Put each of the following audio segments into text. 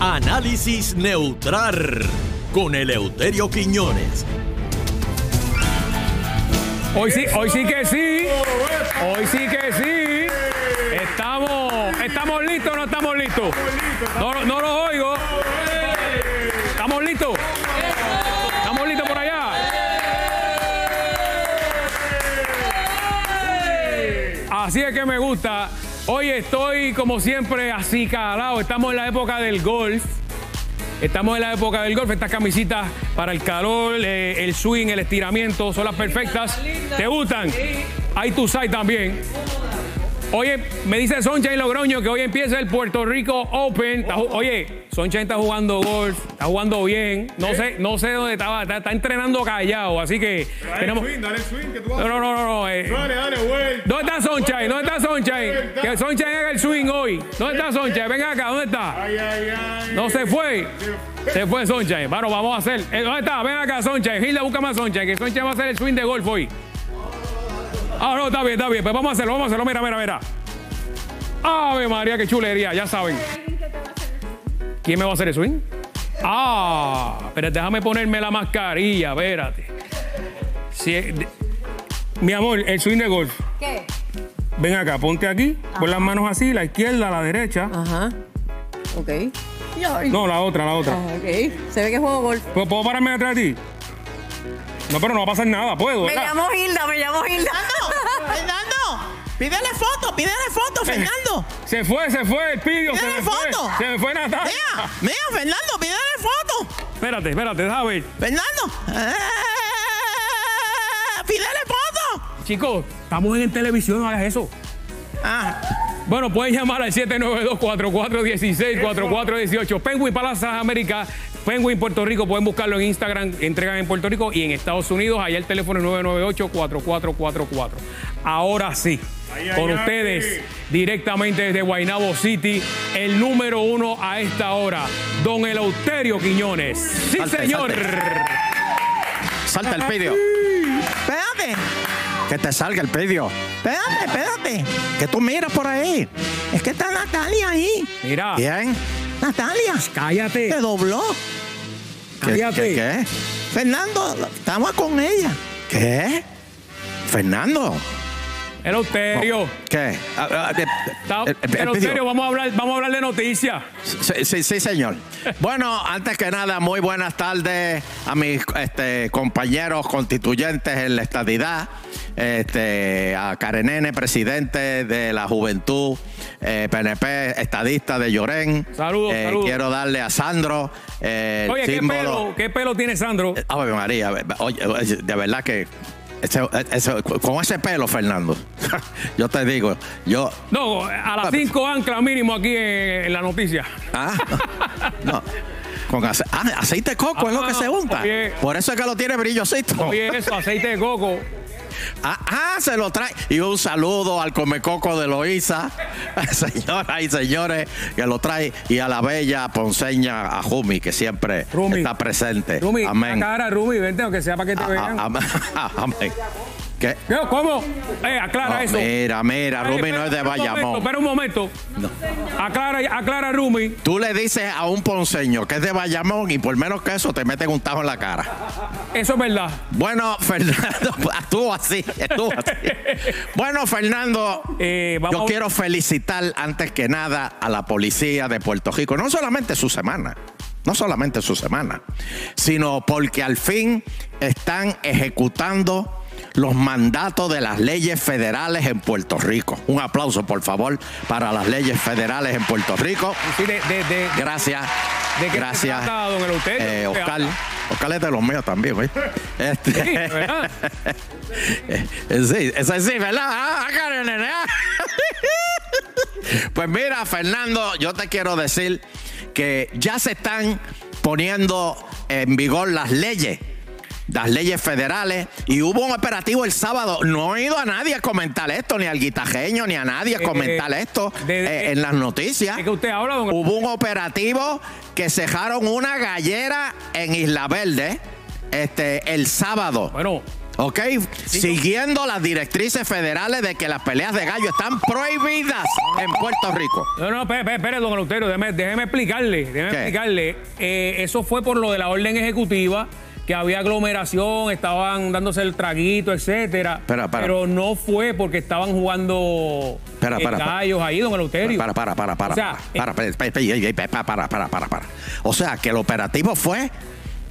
Análisis neutral con Eleuterio Quiñones. Hoy sí, hoy sí que sí. Hoy sí que sí. Estamos, estamos listos o no estamos listos. No, no los oigo. ¿Estamos listos? ¿Estamos listos por allá? Así es que me gusta. Hoy estoy, como siempre, así calado. Estamos en la época del golf. Estamos en la época del golf. Estas camisitas para el calor, eh, el swing, el estiramiento, son las perfectas. ¿Te gustan? Hay tu side también. Oye, me dice Soncha y Logroño que hoy empieza el Puerto Rico Open. Está ju- Oye, Soncha está jugando golf, está jugando bien. No sé, no sé dónde estaba, está, está entrenando callado, así que Dale tenemos. swing, dale swing que tú vas. No, no, no, no, no, eh. Dale, dale, güey. ¿Dónde está Sunshine? ¿Dónde está Sunshine? Que Sunshine haga el swing hoy. ¿Dónde está Sunshine? Venga acá, ¿dónde está? Ay, ay, ay. No se fue. Se fue Sunshine. Bueno, vamos a hacer. eh, ¿Dónde está? Ven acá, Sunshine. Gilda, busca más Sunshine, que Sunshine va a hacer el swing de golf hoy. Ah, no, está bien, está bien. Pues vamos a hacerlo, vamos a hacerlo. Mira, mira, mira. Ave María, qué chulería, ya saben. ¿Quién me va a hacer el swing? Ah, pero déjame ponerme la mascarilla, espérate. Si es- de- Mi amor, el swing de golf. ¿Qué? Ven acá, ponte aquí, pon las manos así, la izquierda, la derecha. Ajá. Ok. No, la otra, la otra. Ah, ok. Se ve que juego golf. ¿Puedo, puedo pararme detrás de ti? No, pero no va a pasar nada, puedo. Me ¿verdad? llamo Hilda, me llamo Hilda. Fernando, Fernando, pídele foto, pídele foto, Fernando. Se fue, se fue el pidio, se Tiene me fue. foto. Se me fue Natalia. Mira, mira, Fernando, pídele foto. Espérate, espérate, déjame ver. Fernando, eh, pídele foto. Chicos, estamos en televisión, no hagas eso. Ah, Bueno, pueden llamar al 792-4416-4418. Penguin Palazas América, Penguin Puerto Rico. Pueden buscarlo en Instagram, entregan en Puerto Rico y en Estados Unidos. Allá el teléfono es 998-4444. Ahora sí, Ay, ay, con ay. ustedes, directamente desde Guaynabo City, el número uno a esta hora, don Eleuterio Quiñones. Sí, Salte, señor. Salta el pedio. espérate, Que te salga el pedio. espérate, espérate. Que tú miras por ahí. Ah. Es que está Natalia ahí. Mira, Bien. Natalia, cállate. te dobló. ¿Qué, Cállate. qué, Fernando, estamos con ella. qué? ¿Qué? ¿Fernando? Eleuterio. ¿Qué? Ah, ah, eh, Está- eh, eh, el Eleuterio, pedio. vamos a hablar, vamos a hablar de noticias. Sí, sí, sí, señor. Bueno, antes que nada, muy buenas tardes a mis este, compañeros constituyentes en la estadidad, este, a Karenene, presidente de la Juventud eh, PNP, estadista de Llorén. Saludos, Eh, saludos. Quiero darle a Sandro eh, el Oye, ¿qué símbolo. Eh, pelo, ¿qué pelo tiene Sandro? Ave María, oye, oye, de verdad que ese- ese- con ese pelo, Fernando, yo te digo, yo No, a las 5 ancla mínimo aquí en, en la noticia. Ah, no. Con ace- ah, aceite de coco es lo Ah, que se unta. Oye. Por eso es que lo tiene brillosito. Oye, eso, aceite de coco. Ah, ah, se lo trae. Y un saludo al Comecoco de Loíza, señoras y señores, que lo trae. Y a la bella ponceña, a Jumi, que siempre Rumi. está presente. Rumi, Amén. la cara, Rumi, vente, aunque sea para que te Ah, vean. ah, ah, Amén. ¿Qué? Yo, ¿Cómo? Eh, aclara No, eso. mira, mira, Oye, Rumi espera, no es de espera un momento, Bayamón. Espera un momento. Aclara, aclara, Rumi. Tú le dices a un ponceño que es de Bayamón y por menos que eso te meten un tajo en la cara. Eso es verdad. Bueno, Fernando, estuvo así, estuvo así. Bueno, Fernando, Eh, vamos- yo quiero felicitar antes que nada a la policía de Puerto Rico, no solamente su semana, no solamente su semana, sino porque al fin están ejecutando los mandatos de las leyes federales en Puerto Rico. Un aplauso, por favor, para las leyes federales en Puerto Rico. Sí, de, de- de- Gracias. ¿De qué se Gracias. trata, don Eleuterio? eh, ¿De qué Oscar. habla? Oscar es de los míos también, güey. Este- Sí, ¿verdad? Eh, sí, es así, ¿verdad? Ah, Karen, ah. Pues mira, Fernando, yo te quiero decir que ya se están poniendo en vigor las leyes. Las leyes federales y hubo un operativo el sábado. No he ido a nadie a comentar esto, ni al guitajeño, ni a nadie a Eh, comentar esto de- eh, en las noticias. ¿De qué usted habla, don Hubo un operativo que cejaron una gallera en Isla Verde este, el sábado. Bueno, ¿ok? Siguiendo las directrices federales de que las peleas de gallo están prohibidas en Puerto Rico. No, no, espere, espere, espere, don Eleuterio, déjeme, déjeme explicarle, déjeme ¿Qué? explicarle. Eh, eso fue por lo de la orden ejecutiva, que había aglomeración, estaban dándose el traguito, etcétera. Espera, para. Pero no fue porque estaban jugando Espera, eh, para, para. gallos ahí, don Eleuterio. Para, para, para, para. O sea, eh- para, para, para, para, para, para, para, para. O sea, que el operativo fue.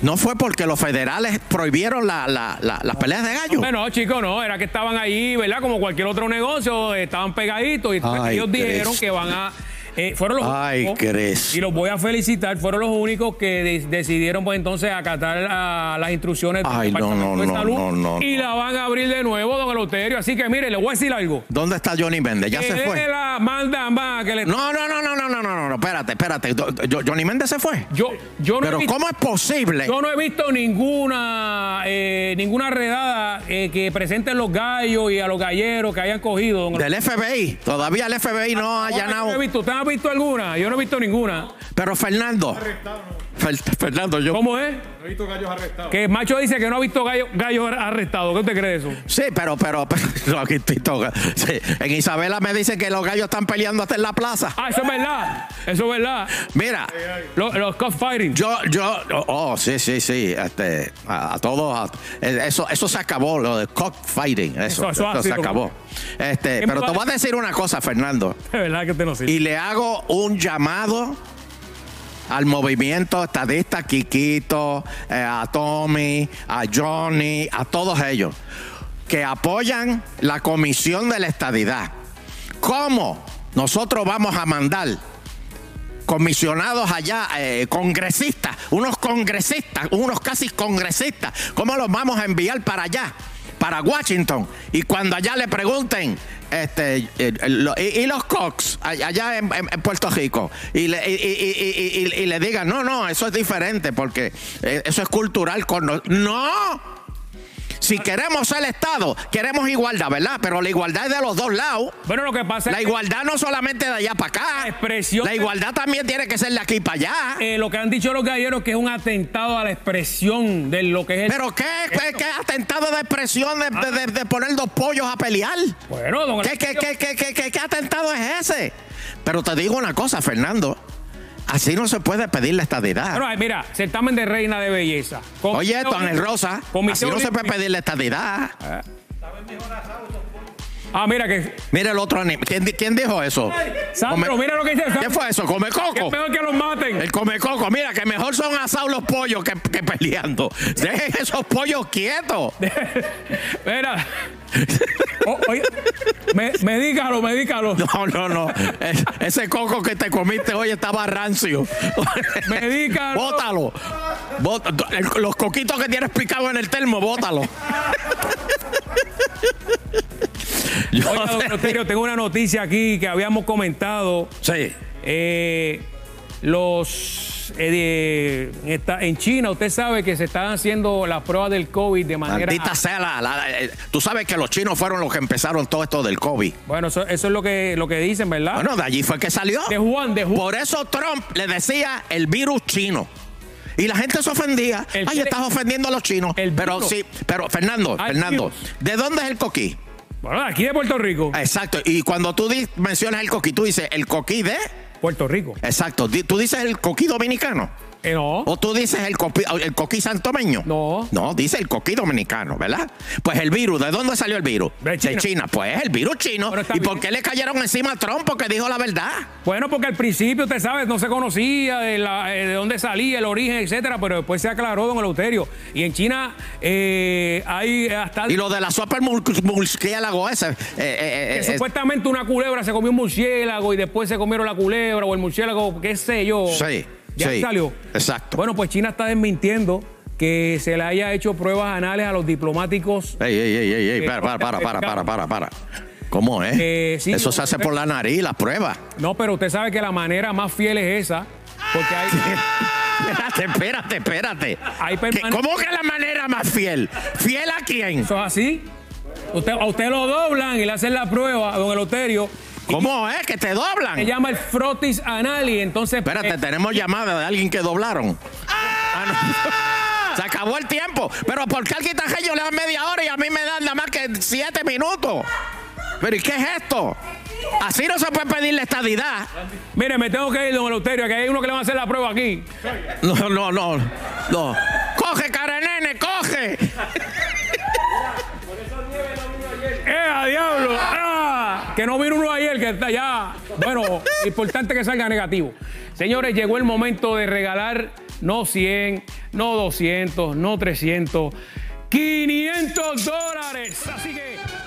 No fue porque los federales prohibieron la- la- la- las peleas de gallo. Bueno, chicos, no, era que estaban ahí, ¿verdad? Como cualquier otro negocio, eh, estaban pegaditos y entonces Ay, ellos dijeron Cristo. que van a... eh, fueron los Ay, únicos, Cristo. y los voy a felicitar, fueron los únicos que de- decidieron pues entonces acatar a las instrucciones Ay, no, Departamento no, de no, no, no, y no. la van a abrir de nuevo, don Eloterio. Así que mire, le voy a decir algo. ¿Dónde está Johnny Méndez? Ya que se deje fue. eh, la manda más que le... No, no, no, no, no, no, no, no, no, espérate, espérate. Do- do- Johnny Méndez se fue. Yo, yo, no he Pero visto, ¿cómo es posible? yo no he visto ninguna eh, ninguna redada eh, que presenten los gallos y a los galleros que hayan cogido, don Del FBI. Todavía el FBI no ha Ahora, yo no he allanado. visto, ¿usted ha visto alguna? Yo no he visto ninguna. Pero Fernando. Fer- Fernando, yo. ¿Cómo es? No he visto gallos arrestados. Que Macho dice que no ha visto gallo, gallo ar- arrestado. ¿Qué usted cree de eso? Sí, pero, pero, pero- no, aquí estoy to- sí. En Isabela me dicen que los gallos están peleando hasta en la plaza. Ah, eso es verdad. Eso es verdad. Mira, Los, los cockfighting. yo, yo, oh, sí, sí, sí, este, a, a todos, a- eh, eso, eso se acabó, lo de cockfighting, eso, Eso- eso ha eso se sido- acabó. Este, ¿Quién pero te va- voy a decir una cosa, Fernando, Es verdad que usted no sirve. y le hago un llamado al movimiento estadista Kikito, eh, a Tommy, a Johnny, a todos ellos, que apoyan la comisión de la estadidad. ¿Cómo nosotros vamos a mandar comisionados allá, eh, congresistas, unos congresistas, unos casi congresistas, ¿cómo los vamos a enviar para allá? Para Washington. Y cuando allá le pregunten, este, eh, lo- y, y los Cox, a- allá en, en- en Puerto Rico, y le, y- y- y- y- y le digan, no, no, eso es diferente porque eh, eso es cultural con no- ¡No! Si queremos el Estado, queremos igualdad, ¿verdad? Pero la igualdad es de los dos lados. Bueno, lo que pasa La es que igualdad no solamente de allá para acá. La expresión- La igualdad también tiene que ser de aquí para allá. eh, lo que han dicho los galleros que es un atentado a la expresión de lo que es el... ¿Pero qué, qué, qué atentado de expresión de, de- de- de poner dos pollos a pelear? bueno, don ¿Qué, qué, Eleuterio, qué, qué, qué- qué- qué atentado es ese? Pero te digo una cosa, Fernando. Así no se puede pedir la estadidad. Bueno, eh, mira, certamen de reina de belleza. Comité Oye, esto, Ángel Olímpico- Rosa, así Comité no se puede Olímpico- pedir la estadidad. Ah, mira que... Mira el otro anime. ¿Quién, di- quién dijo eso? Sandro, Come- mira lo que dice Sandro. ¿Qué fue eso? ¿Come Que coco? es mejor que los maten. El come coco, mira, que mejor son asados los pollos que, que peleando. Dejen esos pollos quietos. Mira. O- oye, me, medícalo, medícalo. No, no, no. Es- ese coco que te comiste hoy estaba rancio. Medícalo. Bótalo. Bótalo. El- los coquitos que tienes picados en el termo, bótalo. Yo Oiga, te- don Eleuterio, tengo una noticia aquí que habíamos comentado. sí. Eh, los eh, de- en, esta- en China, usted sabe que se están haciendo las pruebas del COVID de manera. Maldita sea la, la- eh, Tú sabes que los chinos fueron los que empezaron todo esto del COVID. Bueno, eso, eso es lo que, lo que dicen, ¿verdad? Bueno, de allí fue que salió. Ah. de Juan, de Juan. Por eso Trump le decía el virus chino. Y la gente se ofendía. El Ay, virus. estás ofendiendo a los chinos. El pero virus. sí, pero Fernando, Ah, el Fernando, virus. ¿de dónde es el coquí? Bueno, aquí de Puerto Rico. Exacto. Y cuando tú di- mencionas el coquí, tú dices el coquí de. Puerto Rico. Exacto. Di- Tú dices el coquí dominicano. Eh, no. O tú dices el, copi- el coquí santomeño. No. No, dice el coquí dominicano, ¿verdad? Pues el virus, ¿de dónde salió el virus? De China. Pues el virus chino. Pero está ¿Y bien. por qué le cayeron encima a Trump? Porque dijo la verdad. Bueno, porque al principio, usted sabe, no se conocía de, la- eh, de dónde salía, el origen, etcétera, pero después se aclaró, don Eleuterio. Y en China eh, hay hasta. Y lo de la sopa el mur- murciélago ese. eh, eh, que eh, eh, supuestamente una culebra se comió un murciélago y después se comieron la culebra o el murciélago, qué sé yo. Sí, Ya sí, salió. exacto. Bueno, pues China está desmintiendo que se le haya hecho pruebas anales a los diplomáticos. Ey, ey, ey, ey, ey, Eh, para, para, para, para, para, para, para. ¿Cómo es? Eh, sí, Eso lo- se hace por la nariz, la prueba. No, pero usted sabe que la manera más fiel es esa, porque hay. espérate, espérate, espérate. Ahí ¿Qué- permane- ¿Cómo que la manera más fiel? ¿Fiel a quién? Eso es así. Usted, a usted lo doblan y le hacen la prueba, don Eloterio. ¿Cómo es que te doblan? Se llama el frotis anal y entonces. Espérate, eh, tenemos llamada de alguien que doblaron. Ah, no. Se acabó el tiempo. Pero ¿por qué al guitarreño le dan media hora y a mí me dan nada más que siete minutos? ¿Pero y qué es esto? Así no se puede pedir la estadidad. Mire, me tengo que ir, don Eleuterio, que hay uno que le va a hacer la prueba aquí. No, no, no, no. ¡Coge, cara de nene, coge! ¡Eh, a diablo! ¡Ah! Que no vino uno ayer, que está ya. Bueno, importante que salga negativo. Señores, llegó el momento de regalar no 100, no 200, no 300, 500 dólares. Así que